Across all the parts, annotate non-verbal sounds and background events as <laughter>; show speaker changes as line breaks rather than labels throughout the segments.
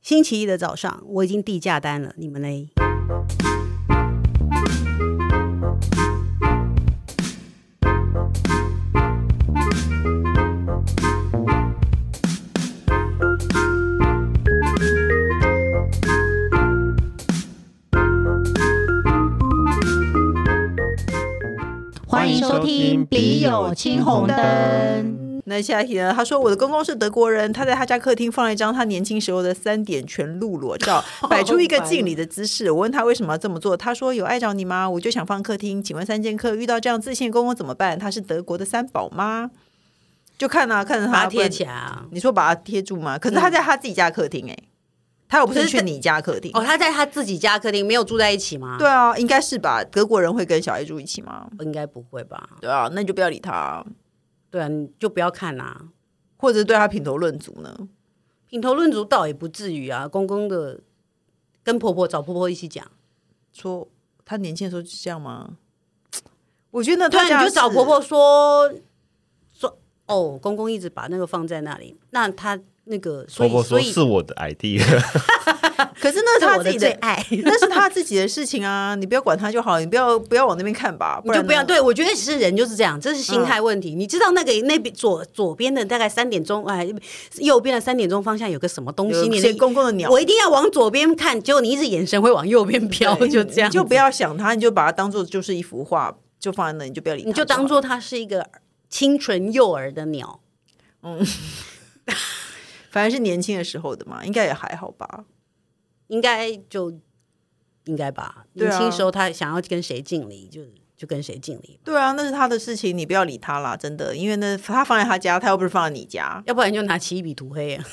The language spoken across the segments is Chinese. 星期一的早上，我已经递价单了，你们嘞？
欢迎收听《笔友青红灯》。
那下一题呢？他说我的公公是德国人，他在他家客厅放了一张他年轻时候的三点全露裸照， <laughs> 摆出一个敬礼的姿势。我问他为什么要这么做，他说有碍着你吗？我就想放客厅。请问三剑客遇到这样自信的公公怎么办？他是德国的三宝吗？就看啊，看着
把
他
它贴起
来。
来啊！
你说把它贴住吗？可是他在他自己家客厅哎、他又不
可
是
是
去
在
你家客厅。
哦，他在他自己家客厅没有住在一起吗？
对，啊，应该是吧？德国人会跟小孩住一起吗？
应该不会吧？
对啊，那你就不要理他啊，
对啊，你就不要看啊。
或者对他品头论足呢？
品头论足倒也不至于啊，公公的跟婆婆找婆婆一起讲，
说他年轻的时候是这样吗？我觉得
对
他
啊，
家
你就是找婆婆说说哦，公公一直把那个放在那里，那他那个所
婆
以
婆
所
说
以
是我的 idea，
可是那是
这
他
我
自
的
己
最
的，
爱，你
<laughs> 那是他自己的事情啊，你不要管他就好，你不要不要往那边看吧，
就不要。
呢，嗯
对我觉得其实人就是这样，这是心态问题。你知道那个那边左左边的大概三点钟，哎，右边的三点钟方向有个什么东
有
西，你
些
的
公共的鸟，
我一定要往左边看，结果你一直眼神会往右边飘，
对
就这样，
你就不要想他，你就把它当做就是一幅画，就放在那，你就不要理他好，
你就当做它是一个清纯幼儿的鸟。
反正是年轻的时候的嘛，应该也还好吧。
应该就应该吧。
对啊
年轻时候他想要跟谁敬礼，就就跟谁敬礼，，
对啊，那是他的事情，你不要理他啦，真的，因为那他放在他家，他又不是放在你家
要不然就拿起一笔涂黑啊。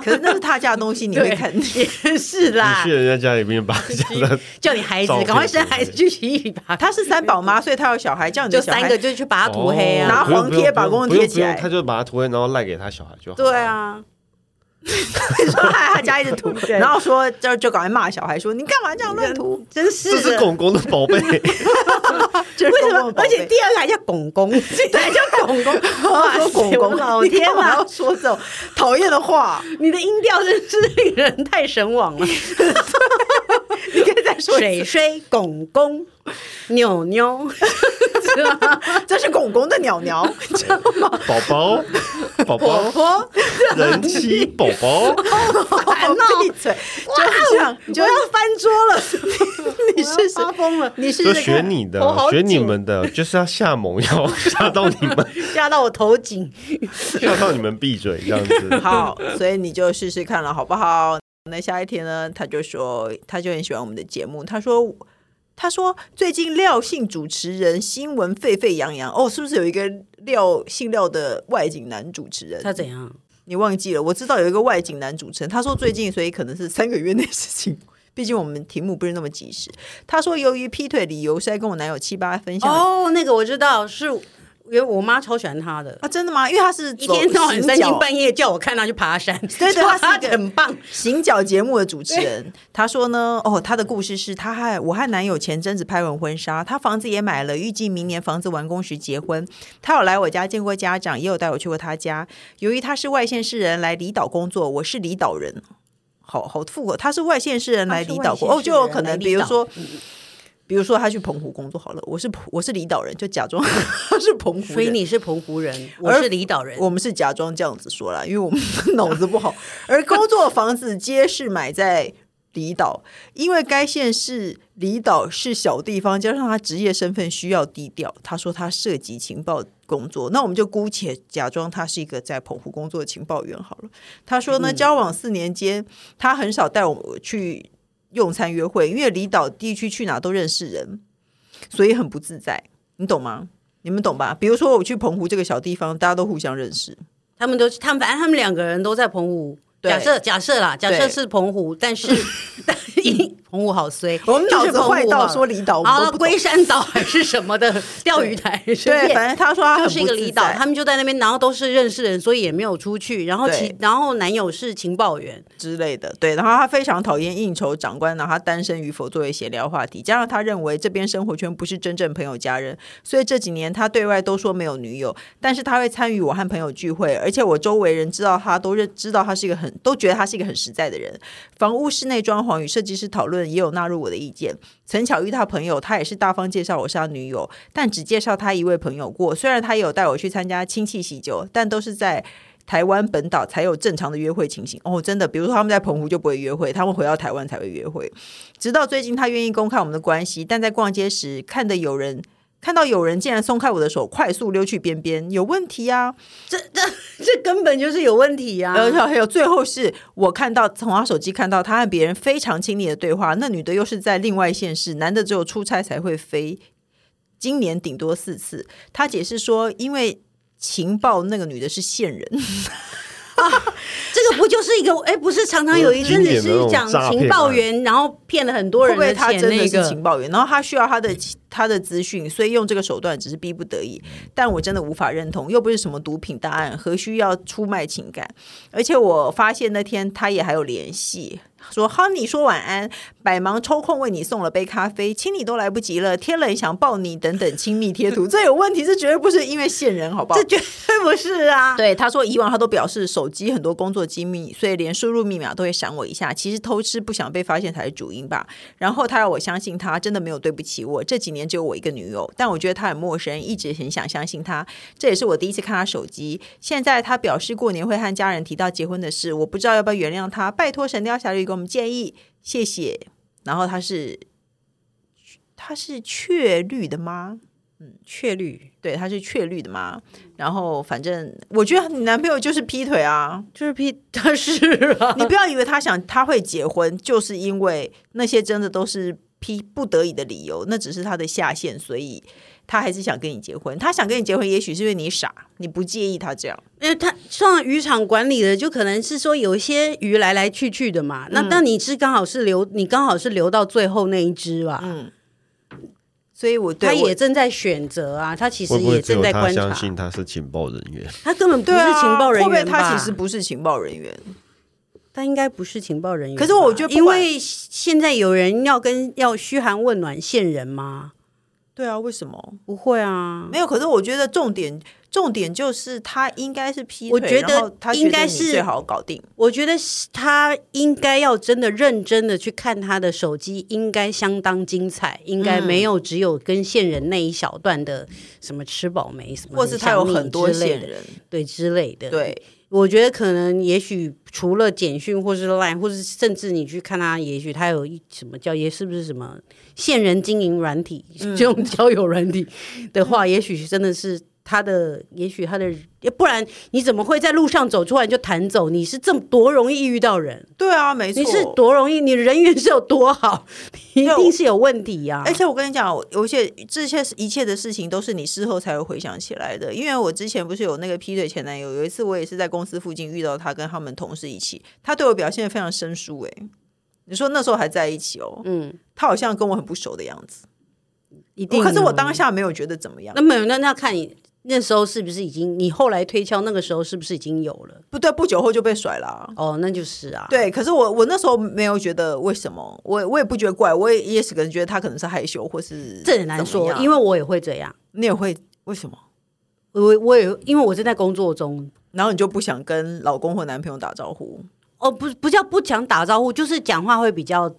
可是那是他家的东
<laughs>
西，你会
对
看。 <laughs>
也是
你
啦
去，人家家里面把人家的
叫你孩子
照片
赶快生孩子
涂
去起一笔吧。
他是三宝妈，所以他有小孩，叫你的
就
小孩
三个就去把它涂黑
拿
啊。
哦不用
黄
不用
贴把
不用
公公
不用
贴起
不
来
用他就把它涂黑，然后赖给他小孩就好。
对，啊，
<laughs> 说害他家一直 <laughs> 涂，然后说就就赶快骂小孩说你干嘛这样乱涂？
真是
这是
的。
公公的宝贝，
为
为什么？而且第二个还叫公 <laughs> 公，这还叫公公，
<laughs>
哇
说
塞
狗狗，
我老天
你干嘛
啊
要！说这种讨厌的 <laughs> 话，
你的音调真是令人太神往了。
你可以再说
<laughs> 水
一次。
水公公，扭 <laughs> 扭，是吗？
啊这是公公的鸟 <laughs> 鸟，
宝宝，宝宝，
哦
婆
人妻宝宝，
<laughs>
烦哦，闭嘴，就是这样，你哦就要翻桌了。 <laughs> 你是
发疯了，
你是
就
那
学
个
你的
头好，
学你
紧
们的，就是要下猛药，吓到你们，
压到我头颈。
吓到你们闭嘴这样子。
好，所以你就试试看了，好不好？那下一天呢，他就说他就很喜欢我们的节目，他说。他说：“最近廖姓主持人新闻沸沸扬扬哦，是不是有一个廖姓廖的外景男主持人？
他怎样？
你忘记了？我知道有一个外景男主持人，他说最近，所以可能是三个月内的事情。 <laughs> 毕竟我们题目不是那么及时。他说由于劈腿理由是在跟我男友七八分享。
哦，那个我知道，是原我妈超喜欢他的，
啊，真的吗？因为他是
一天到晚
走
三
行脚
更半夜叫我看他去爬山，
对对
说 <laughs>
他是一个
很棒。
行脚节目的主持人，他说呢，哦，他的故事是他和我和男友前阵子拍完婚纱，他房子也买了，预计明年房子完工时结婚。他有来我家见过家长，也有带我去过他家。由于他是外县市人来离岛工作，我是离岛人，好好复合。他是外县市人来离岛工，
他是
哦，
外县市
就
人
有可
来
能，
离
比如
岛
说。比如说他去澎湖工作好了，我是我是离岛人，就假装 <laughs> 他是澎湖人。
所以你是澎湖人，我
而
是离岛人。
我们是假装这样子说啦，因为我们脑子不好。而工作房子皆是买在离岛，因为该县市离岛是小地方，加上他职业身份需要低调。他说他涉及情报工作，那我们就姑且假装他是一个在澎湖工作的情报员好了。他说呢，交往四年间，他很少带我去用餐约会，因为离岛地区去哪都认识人，所以很不自在。你懂吗？你们懂吧？比如说我去澎湖这个小地方，大家都互相认识，
他们都，他们反正他们两个人都在澎湖。
对 <laughs>
假设假设啦，假设
对
是澎湖，但是但一澎湖啊好衰，
<laughs> 我们脑子坏到说离岛，我
啊
们，都不懂
龟山岛还是什么
<laughs>
的钓鱼台，是不是
对，反正他说他很
就是一
不
个
自
离岛，
在
他们就在那边，然后都是认识人，所以也没有出去。然后其
对
然后男友是情报员，
之类的，对。然后他非常讨厌应酬长官，拿他单身与否作为闲聊话题。加上他认为这边生活圈不是真正朋友家人，所以这几年他对外都说没有女友，但是他会参与我和朋友聚会，而且我周围人知道他都认知道他是一个很都觉得他是一个很实在的人。房屋室内装潢与设计师讨论也有纳入我的意见。曾巧遇到朋友，他也是大方介绍我是他女友，但只介绍他一位朋友过。虽然他也有带我去参加亲戚喜酒，但都是在台湾本岛才有正常的约会情形。哦，真的，比如说他们在澎湖就不会约会，他们回到台湾才会约会。直到最近，他愿意公开我们的关系，但在逛街时看的有人。看到有人竟然松开我的手，快速溜去边边，有问题啊！
这这这根本就是有问题啊！
而且还有最后是我看到从他手机看到他和别人非常亲密的对话，那女的又是在另外县市，男的只有出差才会飞，今年顶多四次。他解释说，因为情报那个女的是线人，
这个不就是一个哎，不是常常有一阵子是讲情报员，然后骗了很多
会
人
不会
的
他
钱
真的
那
是
个嗯
情。报员？然后他需要他的他的资讯，所以用这个手段只是逼不得已。
嗯
但我真的无法认同，又不是什么毒品大案，何须要出卖情感？而且我发现那天他也还有联系。说 Honey 说晚安，百忙抽空为你送了杯咖啡，亲你都来不及了，天冷想抱你等等亲密贴
<laughs>
图，这有问题，这绝对不是因为线人，好不好？
这绝对不是啊！
对，他说以往他都表示手机很多工作机密，所以连输入密码都会闪我一下。其实偷吃不想被发现才是主因吧。然后他让我相信他真的没有对不起我。这几年只有我一个女友，但我觉得他很陌生，一直很想相信他。这也是我第一次看他手机。现在他表示过年会和家人提到结婚的事，我不知道要不要原谅他。拜托《神雕侠侣》给我们建议，谢谢。然后他是他是确绿的吗？
确率
对，他是确绿的嘛。然后反正我觉得你男朋友就是劈腿
<laughs>
啊，
就是屁，他是啊，
你不要以为他想他会结婚，就是因为那些真的都是劈不得已的理由，那只是他的下限，所以他还是想跟你结婚。他想跟你结婚，也许是因为你傻，你不介意他这样。
因为他像渔场管理的，就可能是说有一些鱼来来去去的嘛。
嗯
那但你是刚好是留，你刚好是留到最后那一只吧？
嗯，所以我对
他
我
也正在选择啊，他其实
会不会
也
只有
正在
他
观察
相，信他是情报人员？
他根本不
对
是
啊，
情报人员吧？
会不会他其实不是情报人员？
他应该不是情报人员吧。
可是我觉得不
因
管
为现在有人要跟要嘘寒问暖线人吗？
对啊，为什么
不会啊，
没有？可是我觉得重点重点就是他应该是劈
我
腿，
觉得
然后他觉
应该
得你
是
最好搞定。
我觉得是他应该要真的认真的去看他的手机，应该相当精彩，应该没有只有跟线人那一小段的什么吃饱没什么，
或是他有很多
之类
线
的，
人，
对之类的。，
对，
我觉得可能也许除了简讯或是 Line，或是甚至你去看他，也许他有一什么叫也是不是什么线人经营软体、
嗯
这种交友软体的话，也许真的是。他的也许他的，不然你怎么会在路上走出来就弹走？你是这么多容易遇到人，
对啊，没错。
你是多容易，你人缘是有多好，你一
对
定是有问题呀、
而且我跟你讲，有一些这些一切的事情都是你事后才会回想起来的。因为我之前不是有那个劈腿前男友，有一次我也是在公司附近遇到他，跟他们同事一起，他对我表现得非常生疏、欸。哎，你说那时候还在一起哦，
嗯，
他好像跟我很不熟的样子。
一定。啊
可是我当下没有觉得怎么样
那。么那那看你那时候是不是已经，你后来推敲那个时候是不是已经有了？
不对，不久后就被甩了啊、
哦，那就是啊，
对，可是我我那时候没有觉得为什么，我我也不觉得怪，我也也是可能觉得他可能是害羞或是
这很难说，因
为
为我也会这样，
你也会为什么？
我我也因为我正在工作中。
然后你就不想跟老公或男朋友打招呼，
哦，不不叫不想打招呼，就是讲话会比较，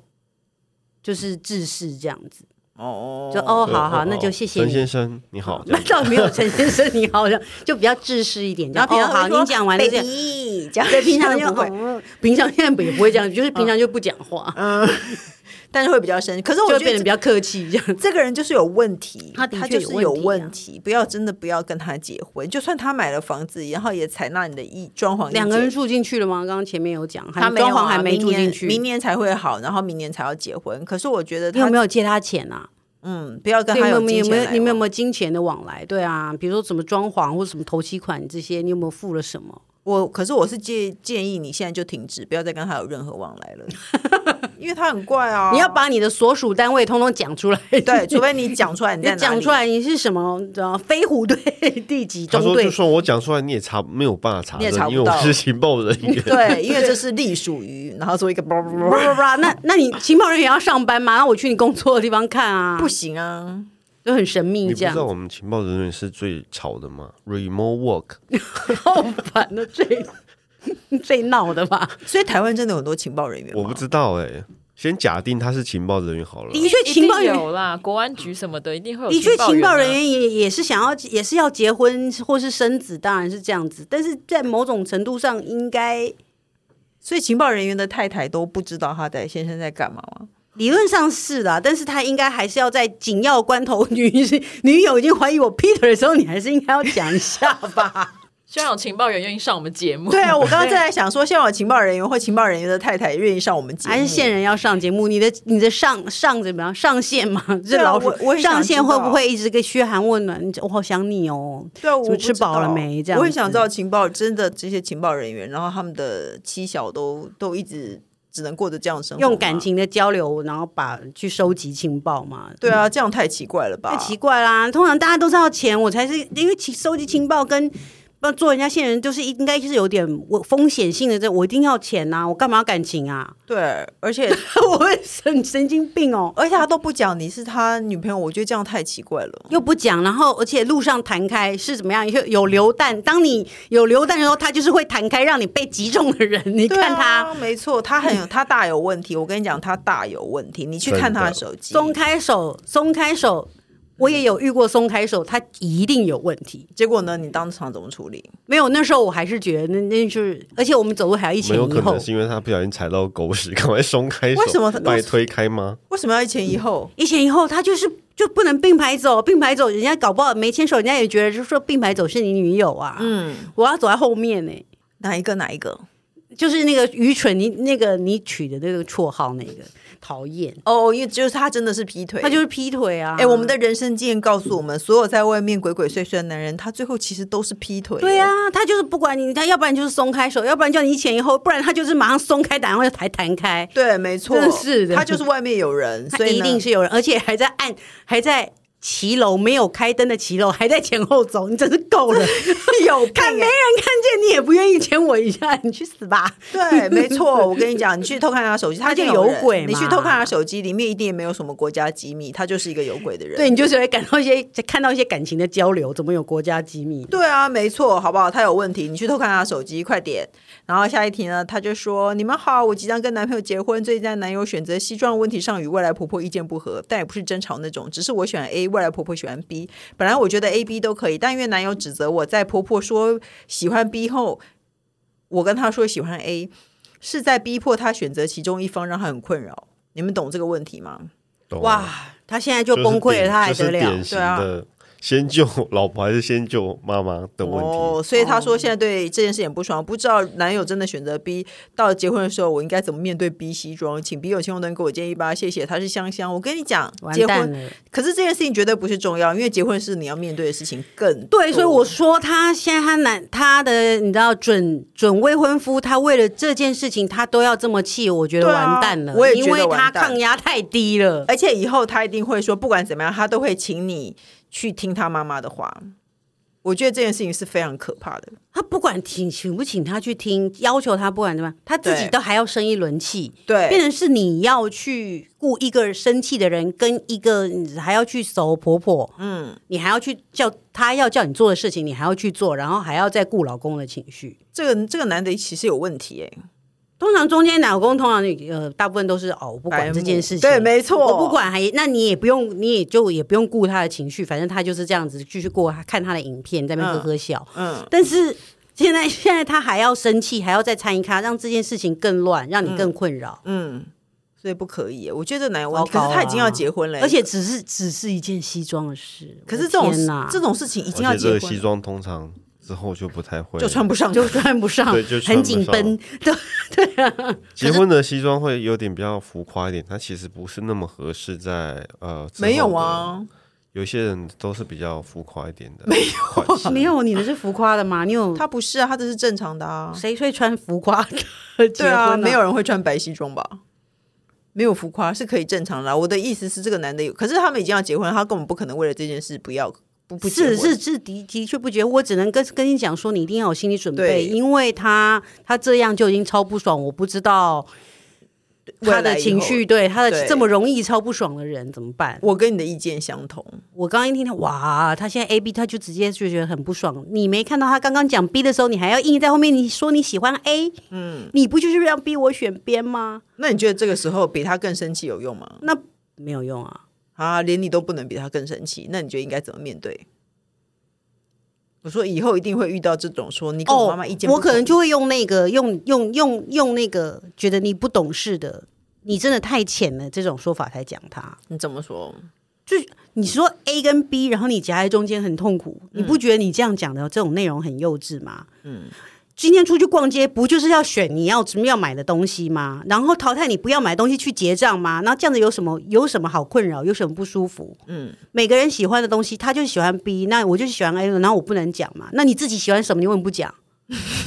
就是自视这样子。
哦，
就哦，
对
好好，
哦
那
哦
就谢谢
陈
你。
先生，你好。这
那
样子
<laughs> 倒没有陈先生，你好像就比较自视一点，这
<laughs> 然
样
后平
哦
常
好，
会说
你讲完了这样。
，baby，这样
对，平
<laughs>
常就
不会，
哦平常现在也不会这样，就是平常就不讲话，
嗯 <laughs> 但是会比较生气。可是
就
哦我
会
觉
变
得
得比
这
较客气这样。
这个人就是有问题，
他的确
就是
有
有
问题啊
问题，不要真的不要跟他结婚。就算他买了房子，然后也采纳你的意装潢意见，
两个人住进去了吗？刚刚前面有讲，
他
还
没有
装潢
啊
还没
明
住
年
进去。
明年才会好，然后明年才要结婚。可是我觉得
你
他
有没有借他钱啊？
嗯，不要跟
对
他
有没
金
有有
钱
没有
来
你们有
往
没有金钱的往来？对啊，比如说什么装潢或什么头期款这些，你有没有付了什么？
我可是我是建建议你现在就停止，不要再跟他有任何往
<laughs>
来了，因为他很怪啊。
你要把你的所属单位通通讲出来，
对，除非 <laughs> 你讲出来你
你
在哪里
讲出，来你是什么？你知道飞虎队 <laughs> 第几
他
中
说：“
队
就？算我讲出来，你也查没有办法查
你也
证，
查不
因为
到
我是情报人员。
<laughs> 对，因为这是隶属于，然后做一个叭叭
不
叭
不不，啊那那你情报人员要上班吗？那我去你工作的地方看啊，
<laughs> 不行啊，
就很神
你
秘
不
这
知
样
道，我们情报人员是最吵的吗？Remote work，
<laughs> 好烦的最 <laughs> 最闹的
<laughs>
吧？
所以台湾真的有很多情报人员吗，
我不知道哎、先假定他是情报人员好了。
的确，
一
情报
定
人员
有啦，国安局什么的一定会有。
的确，
啊
情报人
员啊
员也也是想要，也是要结婚或是生子，当然是这样子。但是在某种程度上，应该
所以情报人员的太太都不知道他的先生在干嘛吗？
理论上是的啊，但是他应该还是要在紧要关头，女女友已经怀疑我 Peter 的时候，你还是应该要讲一下吧。
啊，希望有情报人愿意上我们节目。
对啊，我刚刚正在想说，现在有情报人员或情报人员的太太愿意上我们节
<laughs>
目，
还是线人要上节目，你的你的上上怎么样？上线吗？这老鼠
我我也想
上线
知道
会不会一直跟嘘寒问暖？你我好想你哦。
对啊，
么
我不
吃
知
饱了
道
没这样
我很想
子
知道情报真的这些情报人员，然后他们的妻小都都一直只能过着这样的生活，
用感。情的交流，然后把去收集情报嘛。
对啊，这样太奇怪了吧？
太奇怪啦！通常大家都知道钱，我才是因为情收集情报跟呃做人家线人，就是应该是有点我风险性的。这我一定要钱呐、我干嘛要感情啊？
对，而且！
<laughs> 我会神神经病哦
而且他都不讲你是他女朋友，我觉得这样太奇怪了。
又不讲，然后而且路上弹开是怎么样？有有流弹，当你有流弹的时候，它就是会弹开，让你被击中的人。你
对
看
啊，
他
没错，他很
<clears throat>
有，他大有问题。我跟你讲，他大有问题。你去看他的手机，
松开手，松开手，我也有遇过松开手，他一定有问题。
结果呢？你当场怎么处理？
没有，那时候我还是觉得那那就是，而且我们走路还要一前
没有可
一后
能，是因为他不小心踩到狗屎，赶快松开手，
为什么他
把你推开吗？
为什么要一前一后？
一前一后，他就是就不能并排走，并排走，人家搞不好没牵手，人家也觉得就说并排走是你女友啊，
嗯，
我要走在后面呢、
哪一个？哪一个？
就是那个愚蠢，你那个你取的那个绰号，那个讨厌，
哦，因为就是他真的是劈腿，
他就是劈腿啊！
哎、我们的人生经验告诉我们，所有在外面鬼鬼祟祟的男人，他最后其实都是劈腿。
对啊，他就是不管你，他要不然就是松开手，要不然叫你一前一后，不然他就是马上松开，然后就弹弹开，
对，没错，
真是的
他就是外面有人，
他
所以
一
呢
定是有人，而且还在按，还在。骑楼没有开灯的骑楼，还在前后走，你真是够
<laughs>
了！
<laughs> 有
看没
病欸
人看见你也不愿意牵我一下，你去死吧！ <laughs>
对，没错，我跟你讲，你去偷看他手机，
他就
一定有
有鬼
人你去
嘛
偷看他手机，里面一定也没有什么国家机密，他就是一个有鬼的人。
对你就是会感到一些看到一些感情的交流，怎么有国家机密？
对啊，没错，好不好？他有问题，你去偷看他手机，快点。然后下一题呢，他就说：“你们好，我即将跟男朋友结婚，最近在男友选择西装问题上与未来婆婆意见不合，但也不是争吵那种，只是我喜欢 A，未来婆婆喜欢 B。本来我觉得 A、B 都可以，但因为男友指责我在婆婆说喜欢 B 后，我跟他说喜欢 A，是在逼迫他选择其中一方，让他很困扰。你们懂这个问题吗？
懂吗
哇，他现在就崩溃了，他还得
就是
了
典？型
对啊
的先救老婆还是先救妈妈的问题。
哦，所以他说现在对这件事情不爽，不知道男友真的选择 B，到结婚的时候我应该怎么面对 B 西装？请 B 有青红灯给我建议吧，谢谢。他是香香，我跟你讲，
完
结
蛋
婚，
了！
可是这件事情绝对不是重要，因为结婚是你要面对的事情更多
对，所以我说他现在他男他的你知道准准未婚夫，他为了这件事情他都要这么气，我觉得
对啊
完蛋了，
我也觉
因
得
为他
完蛋哎
抗压太低了。
而且以后他一定会说，不管怎么样，他都会请你去听他妈妈的话。我觉得这件事情是非常可怕的。
他不管请请不请他去听，要求他不管怎么样，他自己
对
都还要生一轮气。
对，
变成是你要去雇一个生气的人，跟一个你还要去守婆婆，嗯，你还要去叫她要叫你做的事情，你还要去做，然后还要再顾老公的情绪。
这个这个男的其实有问题哎、
通常中间老公通常你呃，大部分都是哦，我不
白
管
目
这件事情，
对没错
我不管还那你也不用，你也就也不用顾他的情绪，反正他就是这样子继续过看他的影片，在那边呵呵笑。
嗯，
但是现在 <laughs> 现在他还要生气，还要再参与他，让这件事情更乱，让你更困扰。
嗯，所以不可以欸。我觉得这男友问题，
糟
可
糕啊
是他已经要结婚了欸，
而且只是只是一件西装的事。
可是
我的
这种
天哪
这种事情已经要
而且这个
结
西
婚了，
装通常之后就不太会
就穿不
<laughs>
上
就穿不上
对就，穿
很
不
紧
上
绷。
结婚的西装会有点比较浮夸一点，它其实不是那么合适在呃
没有，啊，
有一些人都是比较浮夸一点的款式，
没有你的是浮夸的吗？你有
他不是啊，他这是正常的啊。
谁会穿浮夸的 <laughs> 结
对
婚
啊，没有人会穿白西装吧？没有浮夸是可以正常的啊、我的意思是，这个男的有，可是他们已经要结婚了，他根本不可能为了这件事不要不不结
是
婚
是是的的确不觉得，我只能跟跟你讲说，你一定要有心理准备，
对
因为他他这样就已经超不爽，我不知道他
未来以
的
后
情绪，对他的
对
这么容易超不爽的人怎么办？
我跟你的意见相同，
我刚刚一听到哇，他现在 A B，他就直接就觉得很不爽。你没看到他刚刚讲 B 的时候，你还要硬在后面你说你喜欢 A，嗯，你不就是要逼我选边吗？
那你觉得这个时候比他更生气有用吗？
那没有用啊。
啊，连你都不能比他更生气，那你觉得应该怎么面对？我说以后一定会遇到这种说你跟我妈妈意见不
哦我
同、
可能就会用那个用用用用那个觉得你不懂事的，你真的太浅了这种说法才讲他。
你怎么说？
你说 A 跟 B，然后你夹在中间很痛苦，你
嗯
不觉得你这样讲的这种内容很幼稚吗？嗯。今天出去逛街，不就是要选你要要买的东西吗？然后淘汰你不要买的东西去结账吗？那这样子有什么有什么好困扰？有什么不舒服？嗯，每个人喜欢的东西，他就是喜欢 B，那我就是喜欢 A，然后我不能讲嘛？那你自己喜欢什么？你为什么不讲？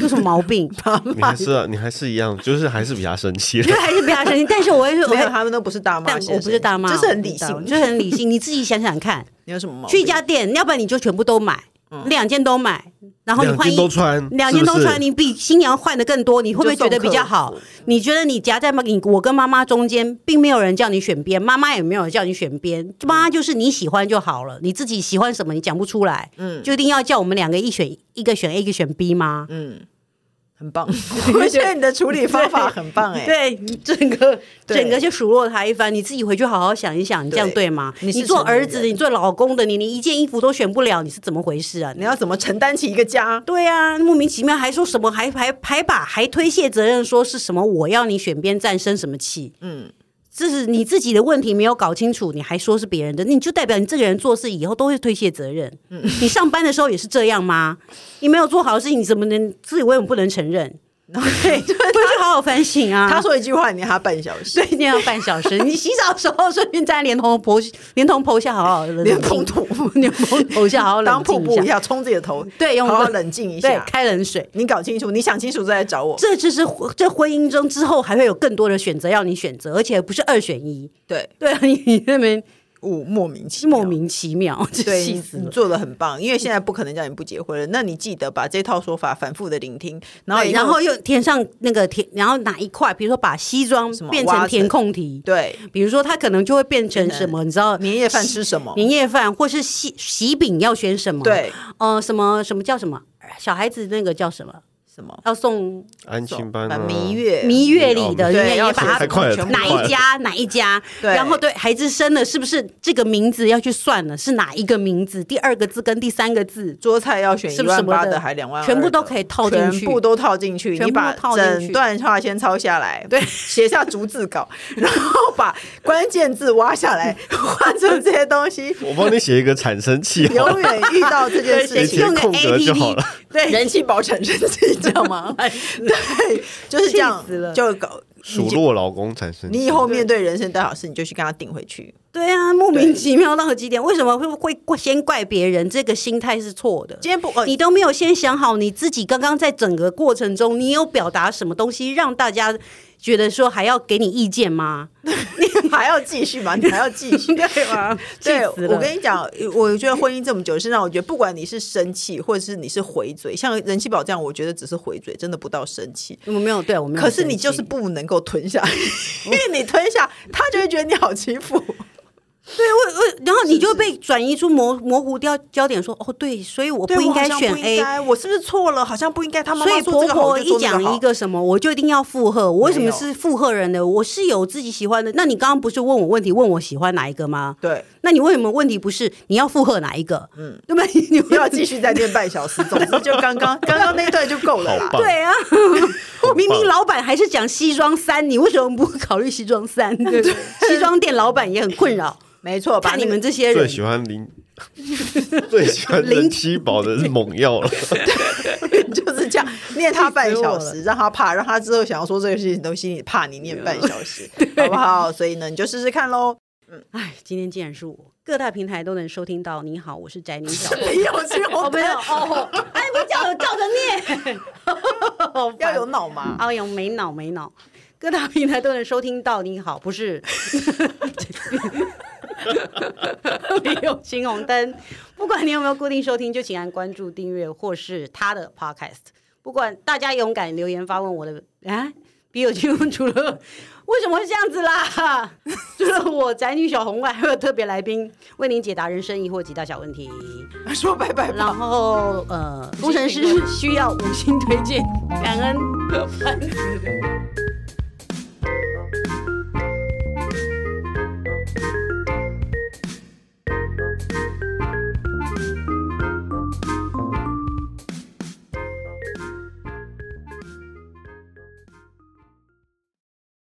有什么毛
<laughs>
病？
你还是啊你还是一样，就是还是比他生气
就
了。
还是比较生气，但是我会我
<laughs> 没有，
会。
他们都不是大妈
但
先生，
我不是大妈，
这是很理
我
性。
知道就是很理性。你自己想想看，
你有什么毛病？
去一家店，要不然你就全部都买，
嗯
两件都买， <laughs> 然后你
两
换
件
一
都穿，
两
是
件
不
都
是
穿，你比新娘换的更多，你会不会觉得比较好？你觉得你夹在你我跟妈妈中间，并没有人叫你选边，妈妈也没有叫你选边，妈妈就是你喜欢就好了，你自己喜欢什么你讲不出来，嗯，就一定要叫我们两个一选一个选 A 一个选 B 吗？
嗯很棒， <laughs> 我觉得你的处理方法
<laughs>
很棒哎、
对，你整个
对
整个就数落他一番，你自己回去好好想一想，你这样
对
对吗？
你是
你做
成年
儿子的，
人
你做老公的，你你一件衣服都选不了，你是怎么回事啊？
你要怎么承担起一个家？
对啊，莫名其妙还说什么，还还还把还推卸责任，说是什么我要你选边站，生什么气？嗯，这是你自己的问题没有搞清楚，你还说是别人的，你就代表你这个人做事以后都会推卸责任。嗯，你上班的时候也是这样吗？你没有做好的事情，你怎么能自己为什么不能承认？对，
<laughs>
回去好好反省啊。
他说一句话，你念他半小时，
对，一定要半小时。你洗澡的时候顺便在莲蓬头莲蓬头下好好冷
连
静
碰，土，
<laughs> 莲蓬头下好好
当
冷
瀑
静
布
一
一
下，
下冲自己的头，
对用
好好
冷
冷静一
对
下，。
开冷水。
你搞清楚，你想清楚再来找我。
这就是这婚姻中之后还会有更多的选择要你选择，而且不是二选一。
对，
对啊，你你那边
我莫名其妙
莫。名其妙，这
对嗯
气
你
死
你
了。
做的很棒，因为现在不可能叫你不结婚了。那你记得把这套说法反复的聆听，然后
对
以
然后又填上那个填，然后哪一块，比如说把西装
什么
变
挖
成
层
填空题，
对
比如说它可能就会变成什么，你知道
年夜饭吃什么？
年夜饭或是喜喜饼要选什么？
对，
呃，什么什么叫什么小孩子那个叫什么？
什么？
要送
安亲班
啊
啊，
蜜月
蜜月里的，
哦
你
对
也
要
也把它
太快了，太
哪
快了
一家哪一家，
对
然后对孩子生了是不是这个名字要去算了，是哪一个名字，第二个字跟第三个字，
桌菜要选
是
一
不是什
万
么
八
的
的还两万，
全部都可以套进去
全部都套进去。
全
你
部都
把
套进去
整段话先抄下来，对，写下逐字稿， <laughs> 然后把关键字挖下
<laughs>
来，画出这些东西。
我帮你写一个产生器好了，
永远遇到这件
写一
事情
些
用，个
空格就好了。
对，人气保产生器，知
<laughs>
道 <laughs> 吗？对，就是这样
气死了，
就搞。
数落老公产生器，
你以后面对人生大小事，你就去跟他顶回去。
对啊，莫名其妙到了极点，为什么会会会先怪别人？这个心态是错的。
今天不，呃
你都没有先想好你自己，刚刚在整个过程中，你有表达什么东西让大家觉得说还要给你意见吗？ <laughs>
你还要继续吗？你还要继续？对吗？对，
气死了
我跟你讲，我觉得婚姻这么久，是让我觉得，不管你是生气，或者是你是回嘴，像人气宝这样，我觉得只是回嘴，真的不到生气。
我没有，对我没有
可
生气。
是你就是不能够吞
<laughs>
下，因为你吞下，他就会觉得你好欺负。
然后你就被转移出模模糊掉焦点说哦，对，所以我
对
不应该
我好像
选
不
A，
应该我是不是错了？好像不应该。他妈
所
妈
以
说
婆
这个好，
婆
我就
一
说那
讲
好
一个什么，我就一定要附和。我为什
没
么
有
是附和人呢？我是有自己喜欢的。那你刚刚不是问我问题，问我喜欢哪一个吗？
对，
那你为什么问题不是你要附和哪一个？嗯，对吧？ <laughs> 你你
不要
问
继续再练半
<laughs>
小时。总之，就刚刚刚刚那段就够了啦
好。棒
对
<laughs>
啊，明明老板还是讲西装三，你为什么不考虑西装三？对不对 <laughs> 西装店老板也很困扰，
没错，把
看你
那个
们这些
最
人。
喜欢林， <laughs> 最喜欢人七宝的是猛药了。
就是这样念他半小
气死我
时，让他怕，让他之后想要说这个事情都心里怕你念半小时，好不好？所以呢，你就试试看喽。
哎，今天竟然是我，各大平台都能收听到。你好，我是宅女小
是
红，
<laughs> 没有去红
哦，没有
灯，
哦，哎，你叫我照 <laughs> 着念，
要有脑嘛。
哎呦，没脑没脑，各大平台都能收听到。你好，不是？ <laughs> 没有新红灯，不管你有没有固定收听，就请按关注、订阅或是他的 podcast。不管大家勇敢留言发问我的啊，笔友进入除了为什么会这样子啦？ <laughs> 除了我宅女小红外，还有特别来宾为您解答人生疑惑及大小问题。
说拜拜吧
然。后呃，工程师需要五星推荐，感恩。